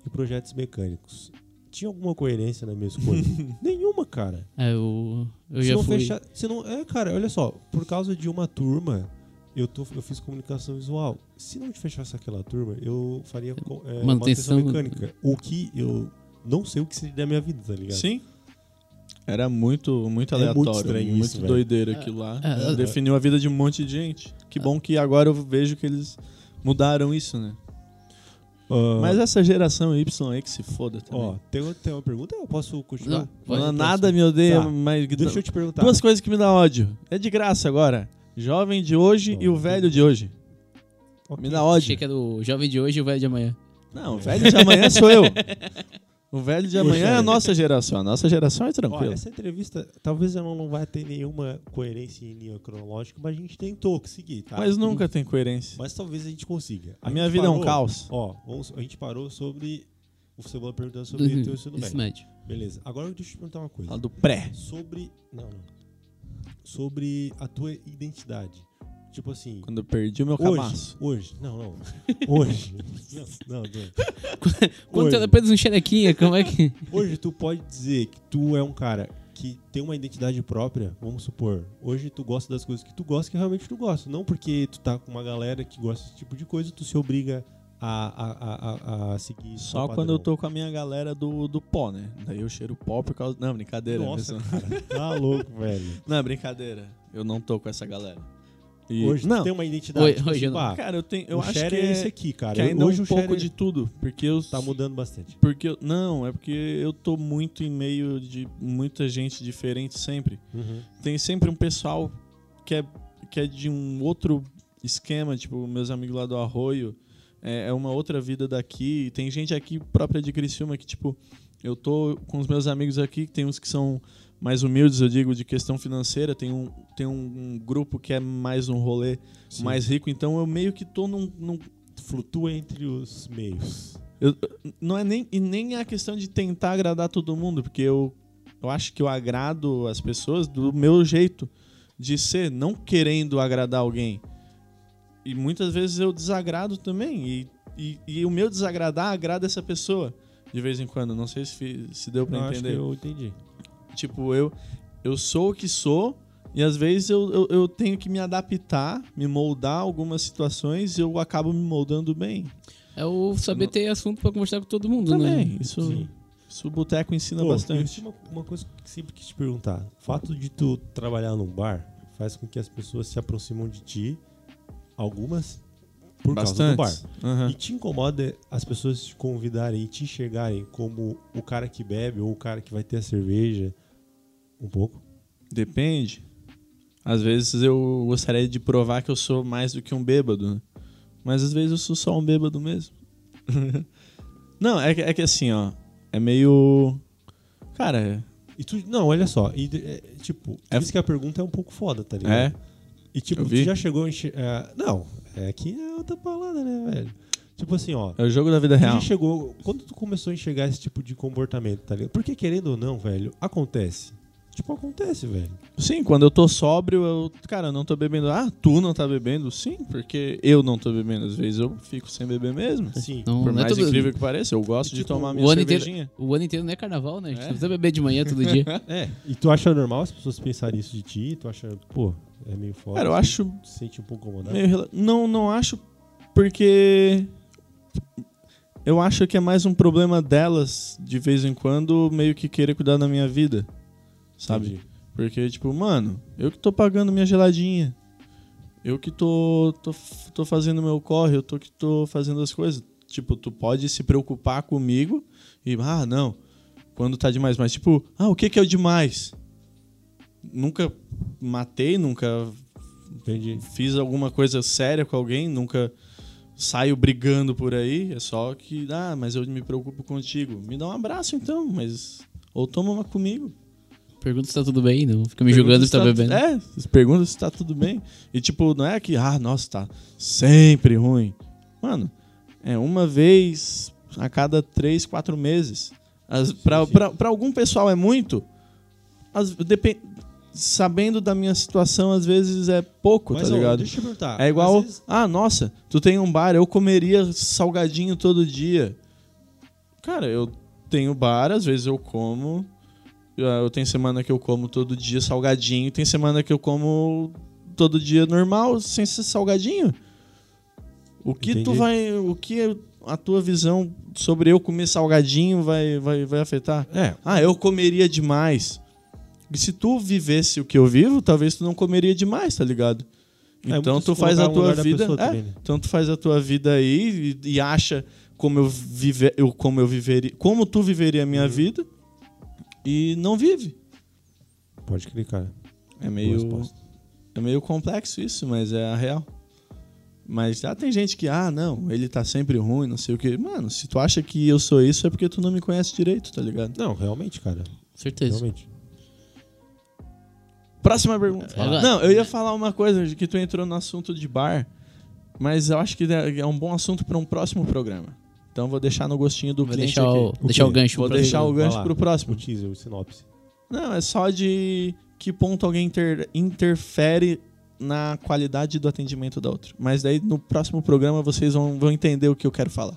Speaker 1: e projetos mecânicos. Tinha alguma coerência na minha escolha? Nenhuma, cara.
Speaker 3: É, eu, eu
Speaker 1: se
Speaker 3: já
Speaker 1: não
Speaker 3: fui.
Speaker 1: fechar. Se não, é, cara, olha só. Por causa de uma turma, eu, tô, eu fiz comunicação visual. Se não fechasse aquela turma, eu faria co- é, manutenção,
Speaker 3: Manutenção-
Speaker 1: mecânica. O que eu não sei o que seria da minha vida, tá ligado?
Speaker 2: Sim. Era muito,
Speaker 1: É
Speaker 2: muito
Speaker 1: muito
Speaker 2: aleatório,
Speaker 1: estranho
Speaker 2: muito
Speaker 1: isso, velho.
Speaker 2: doideira aquilo lá.
Speaker 3: é, é.
Speaker 2: Definiu a vida de um monte de gente. Que bom que agora eu vejo que eles mudaram isso, né?
Speaker 1: Ah,
Speaker 2: Mas essa geração Y aí que se foda também.
Speaker 1: ó, tem, tem uma pergunta? Eu posso continuar?
Speaker 3: Não,
Speaker 2: Não,
Speaker 3: pode ir
Speaker 2: nada me odeia,
Speaker 1: Tá.
Speaker 2: mas
Speaker 1: Deixa eu te perguntar.
Speaker 2: duas coisas que me dá ódio. É de graça agora. Jovem de hoje e
Speaker 1: Não,
Speaker 2: o velho de hoje.
Speaker 1: Ok.
Speaker 2: Me dá
Speaker 3: Achei é
Speaker 2: ódio.
Speaker 3: que era o jovem de hoje e o velho de amanhã.
Speaker 2: Não, o velho de amanhã sou eu. O O velho de amanhã é a nossa geração. A nossa geração é
Speaker 1: Ó,
Speaker 2: tranquila.
Speaker 1: essa entrevista, talvez ela não vai ter nenhuma coerência em linha cronológica, mas a gente tentou seguir, tá?
Speaker 2: Mas nunca tem coerência.
Speaker 1: Mas talvez a gente consiga.
Speaker 2: A
Speaker 1: gente
Speaker 2: minha vida é um
Speaker 1: parou-
Speaker 2: caos.
Speaker 1: Ó, vamos- a gente parou sobre. O Cebola perguntando sobre
Speaker 3: Uhum.
Speaker 1: o teu ensino médio.
Speaker 3: Ensino médio.
Speaker 1: Beleza. Agora deixa eu te perguntar uma coisa.
Speaker 2: Uhum. Fala do pré.
Speaker 1: Sobre. Não, não. Sobre a tua identidade. Tipo assim.
Speaker 2: Quando eu perdi o meu
Speaker 1: Hoje,
Speaker 2: cabaço.
Speaker 1: hoje, não, não. Hoje. não, não, não.
Speaker 3: Quando
Speaker 1: Hoje.
Speaker 3: tu apenas um xerequinha, como é que.
Speaker 1: Hoje tu pode dizer que tu é um cara que tem uma identidade própria, vamos supor. Hoje tu gosta das coisas que tu gosta que realmente tu gosta. Não porque tu tá com uma galera que gosta desse tipo de coisa, tu se obriga a, a, a, a, a seguir. esse
Speaker 2: Só
Speaker 1: padrão.
Speaker 2: quando eu tô com a minha galera do, do pó, né? Daí eu cheiro pó por causa. Não, brincadeira.
Speaker 1: Nossa, cara,
Speaker 2: pessoal.
Speaker 1: tá louco, velho.
Speaker 2: Não, brincadeira. Eu não tô com essa galera. E-
Speaker 1: Hoje
Speaker 2: não.
Speaker 1: tu tem uma identidade.
Speaker 3: Oi,
Speaker 1: tipo,
Speaker 3: hoje
Speaker 1: tipo,
Speaker 3: não.
Speaker 1: ah,
Speaker 2: um Cara, eu tenho. Eu
Speaker 1: o
Speaker 2: acho que,
Speaker 1: share é esse
Speaker 2: é,
Speaker 1: aqui, cara.
Speaker 2: que ainda é
Speaker 1: hoje
Speaker 2: um
Speaker 1: o share
Speaker 2: pouco de tudo. Porque eu.
Speaker 1: tá mudando bastante.
Speaker 2: Porque eu- não, é porque eu tô muito em meio de muita gente diferente sempre. Tem sempre um pessoal que é, que é de um outro esquema, tipo, meus amigos lá do Arroio, é, é uma outra vida daqui. E Tem gente aqui própria de Criciúma que, tipo, eu tô com os meus amigos aqui, que tem uns que são mais humildes, eu digo, de questão financeira, tem um, tem um, um grupo que é mais um rolê
Speaker 1: Sim.
Speaker 2: mais rico, então eu meio que tô num- num
Speaker 1: Flutua entre os meios.
Speaker 2: eu- não é nem, e nem é a questão de tentar agradar todo mundo, porque eu, eu acho que eu agrado as pessoas do meu jeito de ser, não querendo agradar alguém. E muitas vezes eu desagrado também, e, e, e o meu desagradar agrada essa pessoa de vez em quando. Não sei se, fi- se deu pra
Speaker 1: Eu acho que
Speaker 2: entender.
Speaker 1: eu entendi.
Speaker 2: Tipo, eu, eu sou o que sou, e às vezes eu, eu, eu tenho que me adaptar, me moldar a algumas situações, e eu acabo me moldando bem.
Speaker 3: É o saber
Speaker 2: Não-
Speaker 3: ter assunto pra conversar com todo mundo, né?
Speaker 2: Também, isso,
Speaker 1: Sim.
Speaker 2: isso o boteco ensina
Speaker 1: Pô,
Speaker 2: bastante.
Speaker 1: eu tinha Uma, uma coisa que sempre quis te perguntar. O fato de tu trabalhar num bar faz com que as pessoas se aproximam de ti, algumas, por causa do bar. E te incomoda as pessoas te convidarem e te enxergarem como o cara que bebe ou o cara que vai ter a cerveja? Um pouco?
Speaker 2: Depende. Às vezes eu gostaria de provar que eu sou mais do que um bêbado, né? Mas às vezes eu sou só um bêbado mesmo. Não, é que, é que assim, ó. É meio. Cara, é-
Speaker 1: E tu, não, olha só. E, é, tipo, tu
Speaker 2: É-
Speaker 1: disse que a pergunta é um pouco foda, tá ligado?
Speaker 2: é.
Speaker 1: E tipo,
Speaker 2: Eu
Speaker 1: tu
Speaker 2: vi.
Speaker 1: já chegou a enxer... ah, Não, é que é outra palavra, né, velho? Tipo assim, ó.
Speaker 2: É o jogo da vida
Speaker 1: Tu
Speaker 2: real.
Speaker 1: já chegou. Quando tu começou a enxergar esse tipo de comportamento, tá ligado? Porque querendo ou não, velho, acontece. Tipo, acontece, velho.
Speaker 2: Sim, quando eu tô sóbrio, eu. Cara, eu não tô bebendo. Ah, tu não tá bebendo? Sim, porque eu não tô bebendo. Às vezes eu fico sem beber mesmo.
Speaker 1: Sim.
Speaker 3: Não,
Speaker 2: Por
Speaker 3: não é
Speaker 2: mais
Speaker 3: todo...
Speaker 2: incrível que pareça, eu gosto de
Speaker 1: Tipo,
Speaker 2: tomar
Speaker 1: o
Speaker 2: minha
Speaker 3: ano inteiro-
Speaker 2: cervejinha.
Speaker 3: O ano inteiro não é carnaval, né? A gente
Speaker 2: É.
Speaker 3: não precisa beber de manhã todo dia.
Speaker 1: É. E tu acha normal as pessoas pensarem isso de ti? Tu acha, pô, é meio foda.
Speaker 2: Cara, eu
Speaker 1: tu
Speaker 2: acho
Speaker 1: se sente um pouco incomodado.
Speaker 2: Meio rela- Não, não acho porque eu acho que é mais um problema delas de vez em quando meio que querer cuidar da minha vida, sabe?
Speaker 1: Entendi.
Speaker 2: Porque tipo, mano, eu que tô pagando minha geladinha. Eu que tô tô, f- tô fazendo meu corre, eu tô que tô fazendo as coisas. Tipo, tu pode se preocupar comigo e ah, não. Quando tá demais, mas tipo, ah, o que que é o demais? Nunca matei, nunca
Speaker 1: Entendi.
Speaker 2: fiz alguma coisa séria com alguém, nunca saio brigando por aí, é só que, ah, mas eu me preocupo contigo. Me dá um abraço então, mas. Ou toma uma comigo.
Speaker 3: Pergunta se tá tudo bem, não. Fica me
Speaker 2: Pergunta
Speaker 3: julgando se tá
Speaker 2: tu-
Speaker 3: bebendo.
Speaker 2: É, pergunta se tá tudo bem. E tipo, não é que, ah, nossa, tá sempre ruim. Mano, é uma vez a cada três, quatro meses. As, pra,
Speaker 1: sim.
Speaker 2: pra- pra algum pessoal é muito. As, depen- sabendo da minha situação, às vezes é pouco,
Speaker 1: Mas,
Speaker 2: tá
Speaker 1: ó,
Speaker 2: ligado?
Speaker 1: deixa eu perguntar.
Speaker 2: É igual.
Speaker 1: às vezes-
Speaker 2: Ah, nossa, tu tem um bar, eu comeria salgadinho todo dia. Cara, eu tenho bar, às vezes eu como. Eu eu tenho semana que eu como todo dia salgadinho, tem semana que eu como todo dia normal, sem ser salgadinho. O que tu
Speaker 1: Entendi.
Speaker 2: vai. O que a tua visão sobre eu comer salgadinho vai, vai, vai afetar?
Speaker 1: É.
Speaker 2: Ah, eu comeria demais. E se tu vivesse o que eu vivo, talvez tu não comeria demais, tá ligado?
Speaker 1: É,
Speaker 2: Então
Speaker 1: muito
Speaker 2: tu
Speaker 1: se
Speaker 2: faz a
Speaker 1: colocar no lugar
Speaker 2: tua
Speaker 1: da
Speaker 2: vida.
Speaker 1: pessoa
Speaker 2: é,
Speaker 1: também, né?
Speaker 2: Então tu faz a tua vida aí e, e acha como eu vive, eu, como eu viveria, como tu viveria a minha
Speaker 1: Uhum.
Speaker 2: vida e não vive.
Speaker 1: Pode clicar.
Speaker 2: É
Speaker 1: Boa
Speaker 2: meio
Speaker 1: resposta.
Speaker 2: é meio complexo isso, mas é a real. Mas já tem gente que, ah, não, ele tá sempre ruim, não sei o quê. Mano, se tu acha que eu sou isso, é porque tu não me conhece direito, tá ligado?
Speaker 1: Não, realmente, cara.
Speaker 3: Certeza.
Speaker 1: Realmente.
Speaker 2: Próxima pergunta.
Speaker 3: Agora.
Speaker 2: Não, eu ia falar uma coisa de que tu entrou no assunto de bar, mas eu acho que é um bom assunto para um próximo programa. Então vou deixar no gostinho do
Speaker 3: Vou
Speaker 2: cliente
Speaker 3: deixar o,
Speaker 2: aqui.
Speaker 3: deixar o
Speaker 1: quê?
Speaker 3: gancho
Speaker 2: Vou
Speaker 3: pra
Speaker 2: deixar
Speaker 1: Vai
Speaker 2: o gancho
Speaker 1: lá.
Speaker 2: pro
Speaker 1: O
Speaker 2: próximo.
Speaker 1: teaser, o sinopse.
Speaker 2: Não, é só de que ponto alguém inter- interfere na qualidade do atendimento da outra. Mas daí no próximo programa vocês vão, vão entender o que eu quero falar.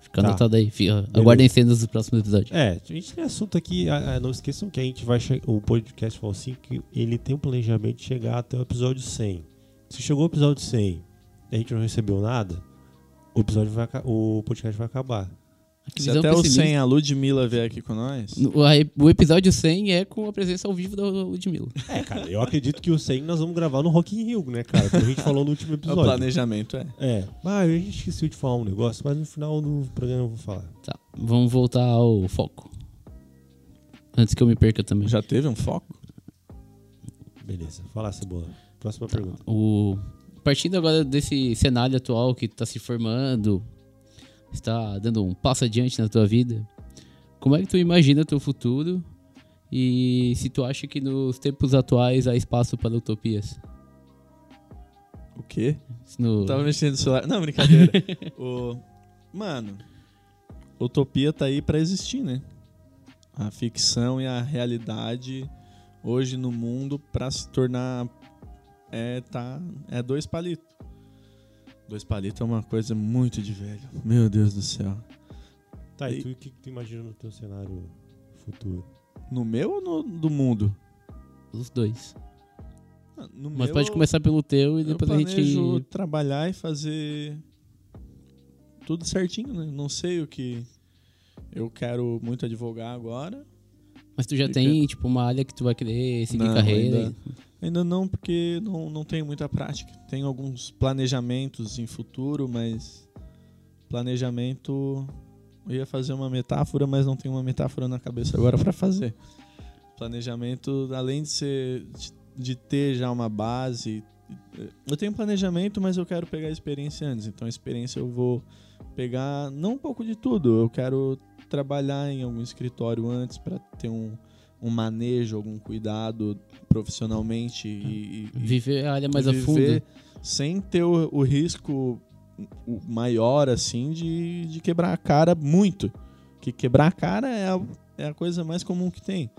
Speaker 3: Fica
Speaker 1: Tá.
Speaker 3: anotado aí. Fica, aguardem cenas do próximo episódio.
Speaker 1: É, a gente tem assunto aqui. ah, ah, Não esqueçam que a gente vai. che- O podcast Fall 5 ele tem um planejamento de chegar até o episódio 100. Se chegou o episódio 100 e a gente não recebeu nada, o, episódio vai, aca- o podcast vai acabar.
Speaker 3: Que
Speaker 2: Se
Speaker 3: visão
Speaker 2: até o é-
Speaker 3: pessimista.
Speaker 2: 100 a Ludmilla vier aqui com nós.
Speaker 3: No- aí, O episódio 100 é com a presença ao vivo da Ludmilla.
Speaker 1: É, cara, eu acredito que o 100 nós vamos gravar no Rock in Rio, né, cara? Como a gente falou no último
Speaker 2: É o
Speaker 1: episódio.
Speaker 2: planejamento, é.
Speaker 1: É, ah, a gente esqueceu de falar um negócio, mas no final do programa eu vou falar.
Speaker 3: Tá, vamos voltar ao foco. Antes que eu me perca também.
Speaker 2: Já teve um foco?
Speaker 1: Beleza, fala, Cebola. Próxima
Speaker 3: Tá,
Speaker 1: pergunta.
Speaker 3: O... Partindo agora desse cenário atual que está se formando, está dando um passo adiante na tua vida, como é que tu imagina teu futuro e se tu acha que nos tempos atuais há espaço para utopias?
Speaker 2: O quê?
Speaker 3: Se no-
Speaker 2: Tava mexendo no celular. Não, brincadeira. O- Mano, utopia tá aí pra existir, né? A ficção e a realidade hoje no mundo pra se tornar é tá é dois palitos. Dois palitos é uma coisa muito de velho. Meu Deus do céu.
Speaker 1: Tá, e tu, o que que tu imagina no teu cenário futuro?
Speaker 2: No meu ou no do mundo?
Speaker 3: Os dois.
Speaker 2: Ah, No
Speaker 3: Mas
Speaker 2: meu,
Speaker 3: pode começar pelo teu e
Speaker 2: Eu
Speaker 3: depois a
Speaker 2: planejo
Speaker 3: gente.
Speaker 2: trabalhar e fazer tudo certinho, né? Não sei o que eu quero muito advogar agora.
Speaker 3: Mas tu já
Speaker 2: Fica.
Speaker 3: tem, tipo, uma área que tu vai querer seguir
Speaker 2: Não,
Speaker 3: carreira.
Speaker 2: ainda- Ainda não, porque não, não tenho muita prática. Tenho alguns planejamentos em futuro, mas planejamento. Eu ia fazer uma metáfora, mas não tenho uma metáfora na cabeça agora para fazer. Planejamento, além de ser de- de ter já uma base, eu tenho planejamento, mas eu quero pegar experiência antes. Então, a experiência eu vou pegar não um pouco de tudo. Eu quero trabalhar em algum escritório antes para ter um, um manejo, algum cuidado profissionalmente e, e-
Speaker 3: Viver a área mais a
Speaker 2: viver
Speaker 3: fundo.
Speaker 2: sem ter o, o risco o maior, assim, de, de quebrar a cara muito. Que quebrar a cara é a, é a coisa mais comum que tem.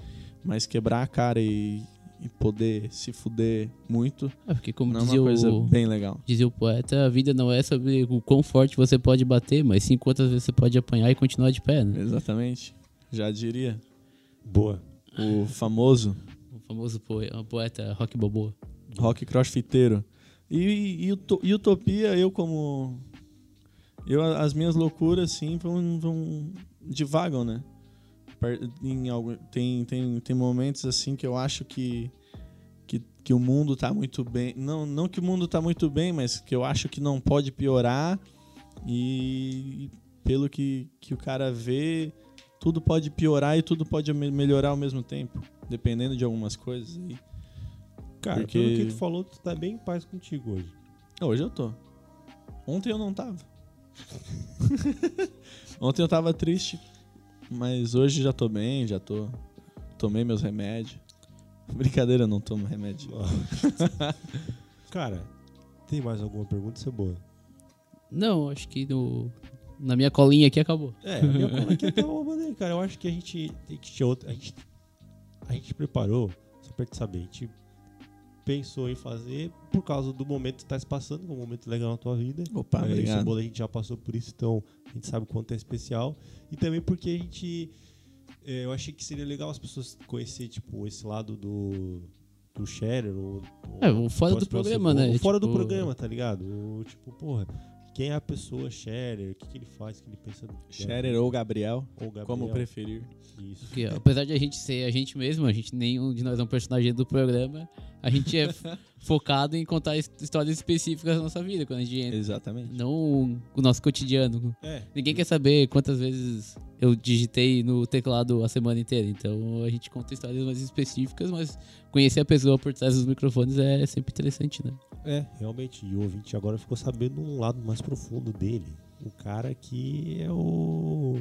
Speaker 2: Mas quebrar a cara e, e poder se fuder muito
Speaker 3: É, porque, como
Speaker 2: não é
Speaker 3: dizia
Speaker 2: uma coisa
Speaker 3: o.
Speaker 2: bem legal.
Speaker 3: Dizia o poeta, a vida não é sobre o quão forte você pode bater, mas sim quantas vezes você pode apanhar e continuar de pé, né?
Speaker 2: Exatamente. Já diria.
Speaker 1: Boa.
Speaker 2: O famoso
Speaker 3: O famoso poe- o poeta Rock Balboa.
Speaker 2: rock crossfiteiro. E, e, uto- e utopia, eu como. Eu, as minhas loucuras, sim, vão, vão divagam, né? Par- Em algum, tem, tem, tem momentos assim que eu acho que, que, que o mundo tá muito bem. Não, não que o mundo tá muito bem, mas que eu acho que não pode piorar. E pelo que, que o cara vê, tudo pode piorar e tudo pode me- melhorar ao mesmo tempo. Dependendo de algumas coisas aí.
Speaker 1: Cara,
Speaker 2: Porque-
Speaker 1: pelo que tu falou, tu tá bem em paz contigo hoje.
Speaker 2: Não, Hoje eu tô. Ontem eu não tava. Ontem eu tava triste, mas hoje já tô bem, já tô. Tomei meus remédios. Brincadeira, eu não tomo remédio.
Speaker 1: Cara, tem mais alguma pergunta? Isso é boa.
Speaker 3: Não, acho que no, na minha colinha aqui acabou.
Speaker 1: É, eu coloquei até uma maneira, cara. Eu acho que a gente tem que tinha outra. A gente, a gente preparou, só pra te saber, a gente pensou em fazer por causa do momento que tá se passando, que é um momento legal na tua vida.
Speaker 2: Opa,
Speaker 1: É, isso é
Speaker 2: obrigado.
Speaker 1: bom, a gente já passou por isso, então a gente sabe o quanto é especial. E também porque a gente. é, eu achei que seria legal as pessoas conhecer, tipo, esse lado do. do Sharer. Ou,
Speaker 3: É,
Speaker 1: ou-
Speaker 3: o fora
Speaker 1: pode- pode
Speaker 3: do
Speaker 1: ser
Speaker 3: programa,
Speaker 1: bom.
Speaker 3: né?
Speaker 1: O fora do
Speaker 3: Tipo-
Speaker 1: programa, tá ligado? O, tipo, porra, quem é a pessoa Sharer? O que, que ele faz? O que ele pensa? do-
Speaker 2: Scherer ou Gabriel,
Speaker 1: Ou Gabriel.
Speaker 2: como preferir.
Speaker 1: Isso.
Speaker 3: Porque, ó, apesar de a gente ser a gente mesmo, a gente nenhum de nós é um personagem do programa, a gente é f- focado em contar his- histórias específicas da nossa vida quando a gente entra.
Speaker 2: Exatamente.
Speaker 3: Não o nosso cotidiano.
Speaker 1: É,
Speaker 3: Ninguém quer saber quantas vezes eu digitei no teclado a semana inteira. Então a gente conta histórias mais específicas, mas conhecer a pessoa por trás dos microfones é sempre interessante, né?
Speaker 1: É, realmente. E o ouvinte agora ficou sabendo um lado mais profundo dele. O cara que é o.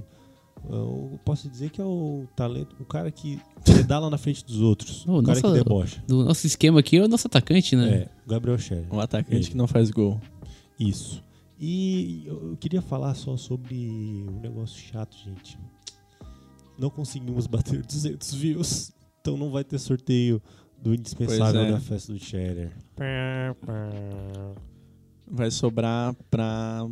Speaker 1: é o- posso dizer que é o talento. O cara que pedala na frente dos outros.
Speaker 3: Oh,
Speaker 1: o cara
Speaker 3: nossa-
Speaker 1: que debocha.
Speaker 3: Do nosso esquema aqui é o nosso atacante, né?
Speaker 1: É, o Gabriel Scherer.
Speaker 2: Um atacante
Speaker 1: Ele.
Speaker 2: que não faz gol.
Speaker 1: Isso. E eu eu queria falar só sobre um negócio chato, gente. Não conseguimos bater 200 views, então não vai ter sorteio do indispensável
Speaker 2: Pois é.
Speaker 1: da festa do Cheddar.
Speaker 2: Vai sobrar pra,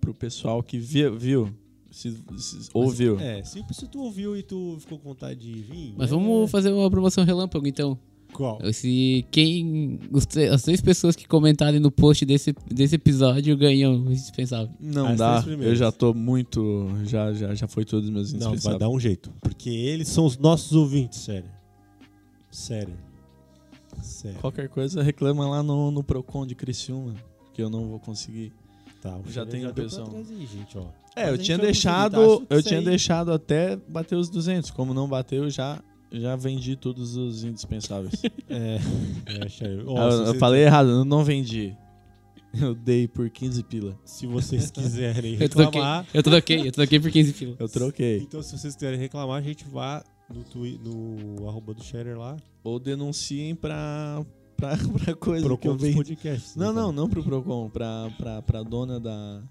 Speaker 2: pro pessoal que viu. viu se, se- ouviu.
Speaker 1: É, se, se tu ouviu e tu ficou com vontade de vir.
Speaker 3: Mas
Speaker 1: é-
Speaker 3: vamos fazer uma promoção relâmpago, então.
Speaker 1: Qual?
Speaker 3: Se quem. os tre- As três pessoas que comentarem no post desse, desse episódio ganham um o indispensável.
Speaker 2: Não
Speaker 1: As
Speaker 2: dá.
Speaker 1: três primeiras.
Speaker 2: Eu já tô muito. Já, já, já foi todos os meus
Speaker 1: Não, vai
Speaker 2: indispensáveis.
Speaker 1: dar um jeito. Porque eles são os nossos ouvintes, sério. Sério. Sério.
Speaker 2: Qualquer coisa, reclama lá no, no Procon de Criciúma, que eu não vou conseguir.
Speaker 1: Tá, o
Speaker 2: Já
Speaker 1: Cheddar
Speaker 2: tem
Speaker 1: deu pra
Speaker 2: impressão.
Speaker 1: trás aí, gente, ó. Mas
Speaker 2: É,
Speaker 1: a
Speaker 2: eu
Speaker 1: gente
Speaker 2: tinha
Speaker 1: vai conseguir,
Speaker 2: deixado,
Speaker 1: tá?
Speaker 2: eu
Speaker 1: Isso
Speaker 2: tinha
Speaker 1: aí.
Speaker 2: deixado até bater os 200. Como não bateu, já já vendi todos os indispensáveis.
Speaker 1: É, é Cheddar. Ó,
Speaker 2: Ah,
Speaker 1: se
Speaker 2: eu, eu
Speaker 1: você-
Speaker 2: falei errado, eu não vendi. Eu dei por 15 pila.
Speaker 1: Se vocês quiserem
Speaker 3: Eu troquei,
Speaker 1: reclamar,
Speaker 3: eu troquei, eu troquei por 15 pila.
Speaker 2: Eu troquei.
Speaker 1: então se vocês quiserem reclamar, a gente vá no, twi- no arroba do Sharer lá,
Speaker 2: Ou denunciem pra, pra, pra coisa que eu
Speaker 1: Procon dos
Speaker 2: vendi.
Speaker 1: podcasts. né,
Speaker 2: Não,
Speaker 1: cara?
Speaker 2: não, não pro Procon, pra, pra, pra dona da,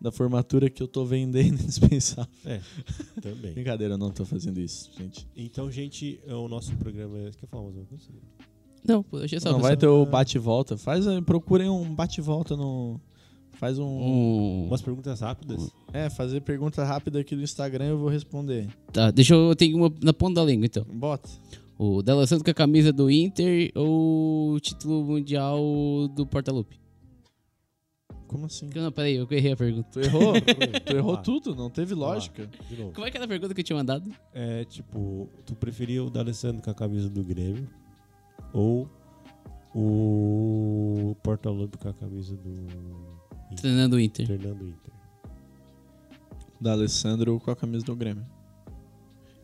Speaker 2: da formatura que eu tô vendendo indispensável.
Speaker 1: Também.
Speaker 2: Brincadeira, eu não tô fazendo isso, gente.
Speaker 1: Então, gente, é o nosso programa... Quer falar mais alguma coisa?
Speaker 3: Não, pô, deixa só.
Speaker 2: não é- vai
Speaker 3: pessoal.
Speaker 2: ter o bate-volta. Faz, aí, procurem um bate-volta no... Faz um...
Speaker 3: Um-
Speaker 1: Umas perguntas rápidas.
Speaker 2: É, fazer pergunta rápida aqui do Instagram eu vou responder.
Speaker 3: Tá, deixa eu. Eu tenho uma na ponta da língua, então.
Speaker 2: Bota.
Speaker 3: O Dela Santos com a camisa do Inter ou o título mundial do Porta-Lupe?
Speaker 2: Como assim?
Speaker 3: Não, peraí, eu errei a pergunta.
Speaker 2: Tu errou? tu
Speaker 1: Vamos
Speaker 2: errou
Speaker 1: lá,
Speaker 2: tudo, não teve
Speaker 1: Vamos lá.
Speaker 2: lógica.
Speaker 1: De novo.
Speaker 3: Como é que era a pergunta que eu tinha mandado?
Speaker 1: É tipo, tu preferia o D'Alessandro com a camisa do Grêmio ou o Portaluppi com a camisa do
Speaker 3: Treinando o Inter.
Speaker 1: Fernando Inter?
Speaker 2: É, da Alessandro com a camisa do Grêmio.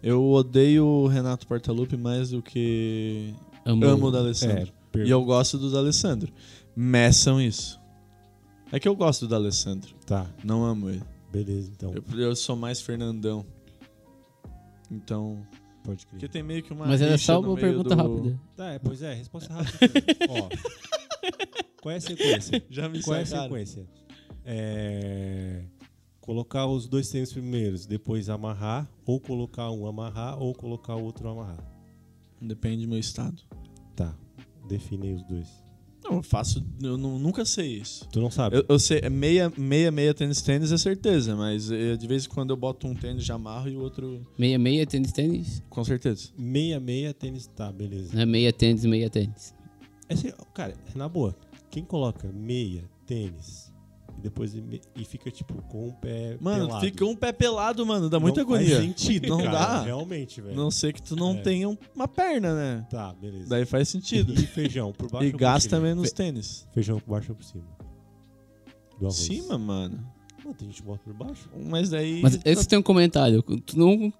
Speaker 2: Eu odeio o Renato Portaluppi mais do que
Speaker 3: Amo.
Speaker 2: amo né? o É, da Alessandro.
Speaker 1: É, per-
Speaker 2: e eu gosto do da Alessandro. Meçam isso. É que eu gosto do da Alessandro,
Speaker 1: Tá,
Speaker 2: não amo ele.
Speaker 1: beleza, então.
Speaker 2: Eu, eu sou mais Fernandão. Então,
Speaker 1: Pode
Speaker 2: porque
Speaker 1: crer.
Speaker 2: tem meio que uma
Speaker 3: Mas era
Speaker 2: rixa
Speaker 3: só
Speaker 2: no
Speaker 3: uma
Speaker 2: meio
Speaker 3: pergunta
Speaker 2: do-
Speaker 3: rápida.
Speaker 1: Tá, é, pois é, resposta rápida. também. Ó, qual é a sequência?
Speaker 2: Já me
Speaker 1: Qual é a
Speaker 2: sacaram.
Speaker 1: sequência? É, Colocar os dois tênis primeiros, depois amarrar, ou colocar um amarrar, ou colocar o outro amarrar.
Speaker 2: Depende do meu estado.
Speaker 1: Tá, define aí os dois.
Speaker 2: Não, eu faço, eu nu- nunca sei isso.
Speaker 1: Tu não sabe?
Speaker 2: Eu, eu sei, é meia, meia, meia tênis, tênis é certeza, mas eh, de vez em quando eu boto um tênis de amarro e o outro.
Speaker 3: Meia, meia, tênis, tênis.
Speaker 2: Com certeza.
Speaker 1: Meia, meia, tênis. Tá, beleza.
Speaker 3: Não é meia, tênis, meia, tênis.
Speaker 2: É.
Speaker 1: Esse, cara, na boa, quem coloca meia, tênis e depois me- e fica tipo com o pé.
Speaker 2: Mano,
Speaker 1: pelado,
Speaker 2: fica um pé pelado, mano, dá muita
Speaker 1: não faz
Speaker 2: agonia.
Speaker 1: sentido,
Speaker 2: Não
Speaker 1: cara,
Speaker 2: dá.
Speaker 1: Realmente, velho.
Speaker 2: Não sei que tu não
Speaker 1: É.
Speaker 2: tenha um- uma perna, né?
Speaker 1: Tá, beleza.
Speaker 2: Daí faz sentido.
Speaker 1: E feijão por baixo.
Speaker 2: E
Speaker 1: ou por
Speaker 2: gasta
Speaker 1: cima?
Speaker 2: menos tênis.
Speaker 1: Fe- Feijão por baixo ou por cima? Do arroz.
Speaker 2: Cima, mano.
Speaker 1: Mano, tem gente que bota por baixo?
Speaker 2: Mas daí.
Speaker 3: Mas esse tem um comentário. Tu não,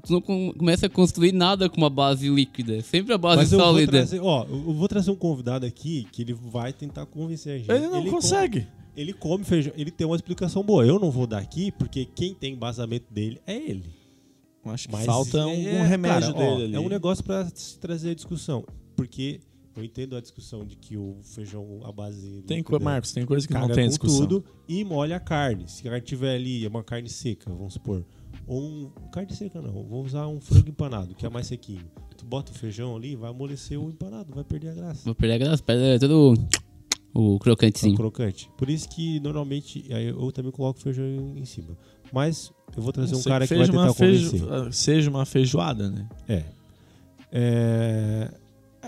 Speaker 3: tu não com- começa a construir nada com uma base líquida. É Sempre a base
Speaker 1: Mas eu vou,
Speaker 3: sólida.
Speaker 1: trazer, ó, eu vou trazer um convidado aqui que ele vai tentar convencer a gente.
Speaker 2: Ele não consegue.
Speaker 1: come- ele come feijão. Ele tem uma explicação boa. Eu não vou dar aqui porque quem tem embasamento dele é ele.
Speaker 2: Acho que
Speaker 1: Mas
Speaker 2: falta
Speaker 1: é-
Speaker 2: um, um remédio
Speaker 1: cara, ó,
Speaker 2: dele ali.
Speaker 1: É um negócio pra se trazer a discussão. Porque eu entendo a discussão de que o feijão, a base.
Speaker 2: Tem
Speaker 1: líquida
Speaker 2: co... Marcos, tem coisa que
Speaker 1: caga
Speaker 2: não tem
Speaker 1: com
Speaker 2: discussão.
Speaker 1: tudo e molha a carne. Se a carne tiver ali, é uma carne seca, vamos supor. Ou um. Carne seca não, vou usar um frango empanado, que é mais sequinho. Tu bota o feijão ali, vai amolecer o empanado, vai perder a graça.
Speaker 3: Vou perder a graça. Perde todo o o
Speaker 1: É um
Speaker 3: crocantezinho.
Speaker 1: crocante. Por isso que normalmente aí eu também coloco o feijão em em cima. Mas eu vou trazer
Speaker 2: Não
Speaker 1: um
Speaker 2: sei
Speaker 1: cara que vai
Speaker 2: seja
Speaker 1: tentar
Speaker 2: uma feijo- ah,
Speaker 1: convencer.
Speaker 2: Seja uma feijoada, né?
Speaker 1: É. É,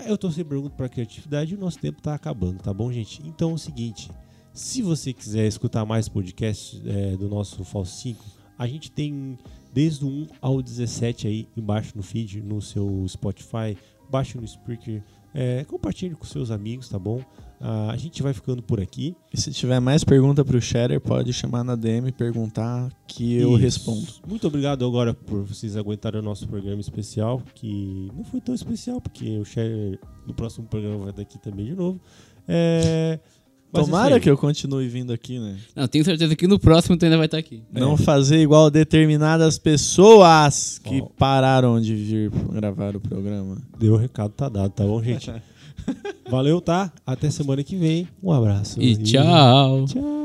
Speaker 1: Eu tô sem pergunta pra criatividade e o nosso tempo tá acabando, tá bom, gente? Então é o seguinte: se você quiser escutar mais podcasts é, do nosso Falso 5, a gente tem desde o 1 ao 17 aí embaixo no feed, no seu Spotify, baixe no Spreaker, é, compartilhe com seus amigos, tá bom? Ah, a gente vai ficando por aqui.
Speaker 2: E se tiver mais pergunta pro Shatter, pode chamar na DM e perguntar que eu
Speaker 1: Isso.
Speaker 2: respondo.
Speaker 1: Muito obrigado agora por vocês aguentarem o nosso programa especial, que não foi tão especial, porque o Share no próximo programa vai estar aqui também de novo. É, mas
Speaker 2: Tomara
Speaker 1: isso aí.
Speaker 2: que eu continue vindo aqui, né? É.
Speaker 3: Não, tenho certeza que no próximo tu ainda vai estar aqui.
Speaker 2: Não fazer igual determinadas pessoas que
Speaker 1: Ó.
Speaker 2: pararam de vir gravar o programa.
Speaker 1: Deu o recado, tá dado, tá bom, gente? Valeu, tá? Até semana que vem. Um abraço.
Speaker 3: E tchau.
Speaker 1: Tchau.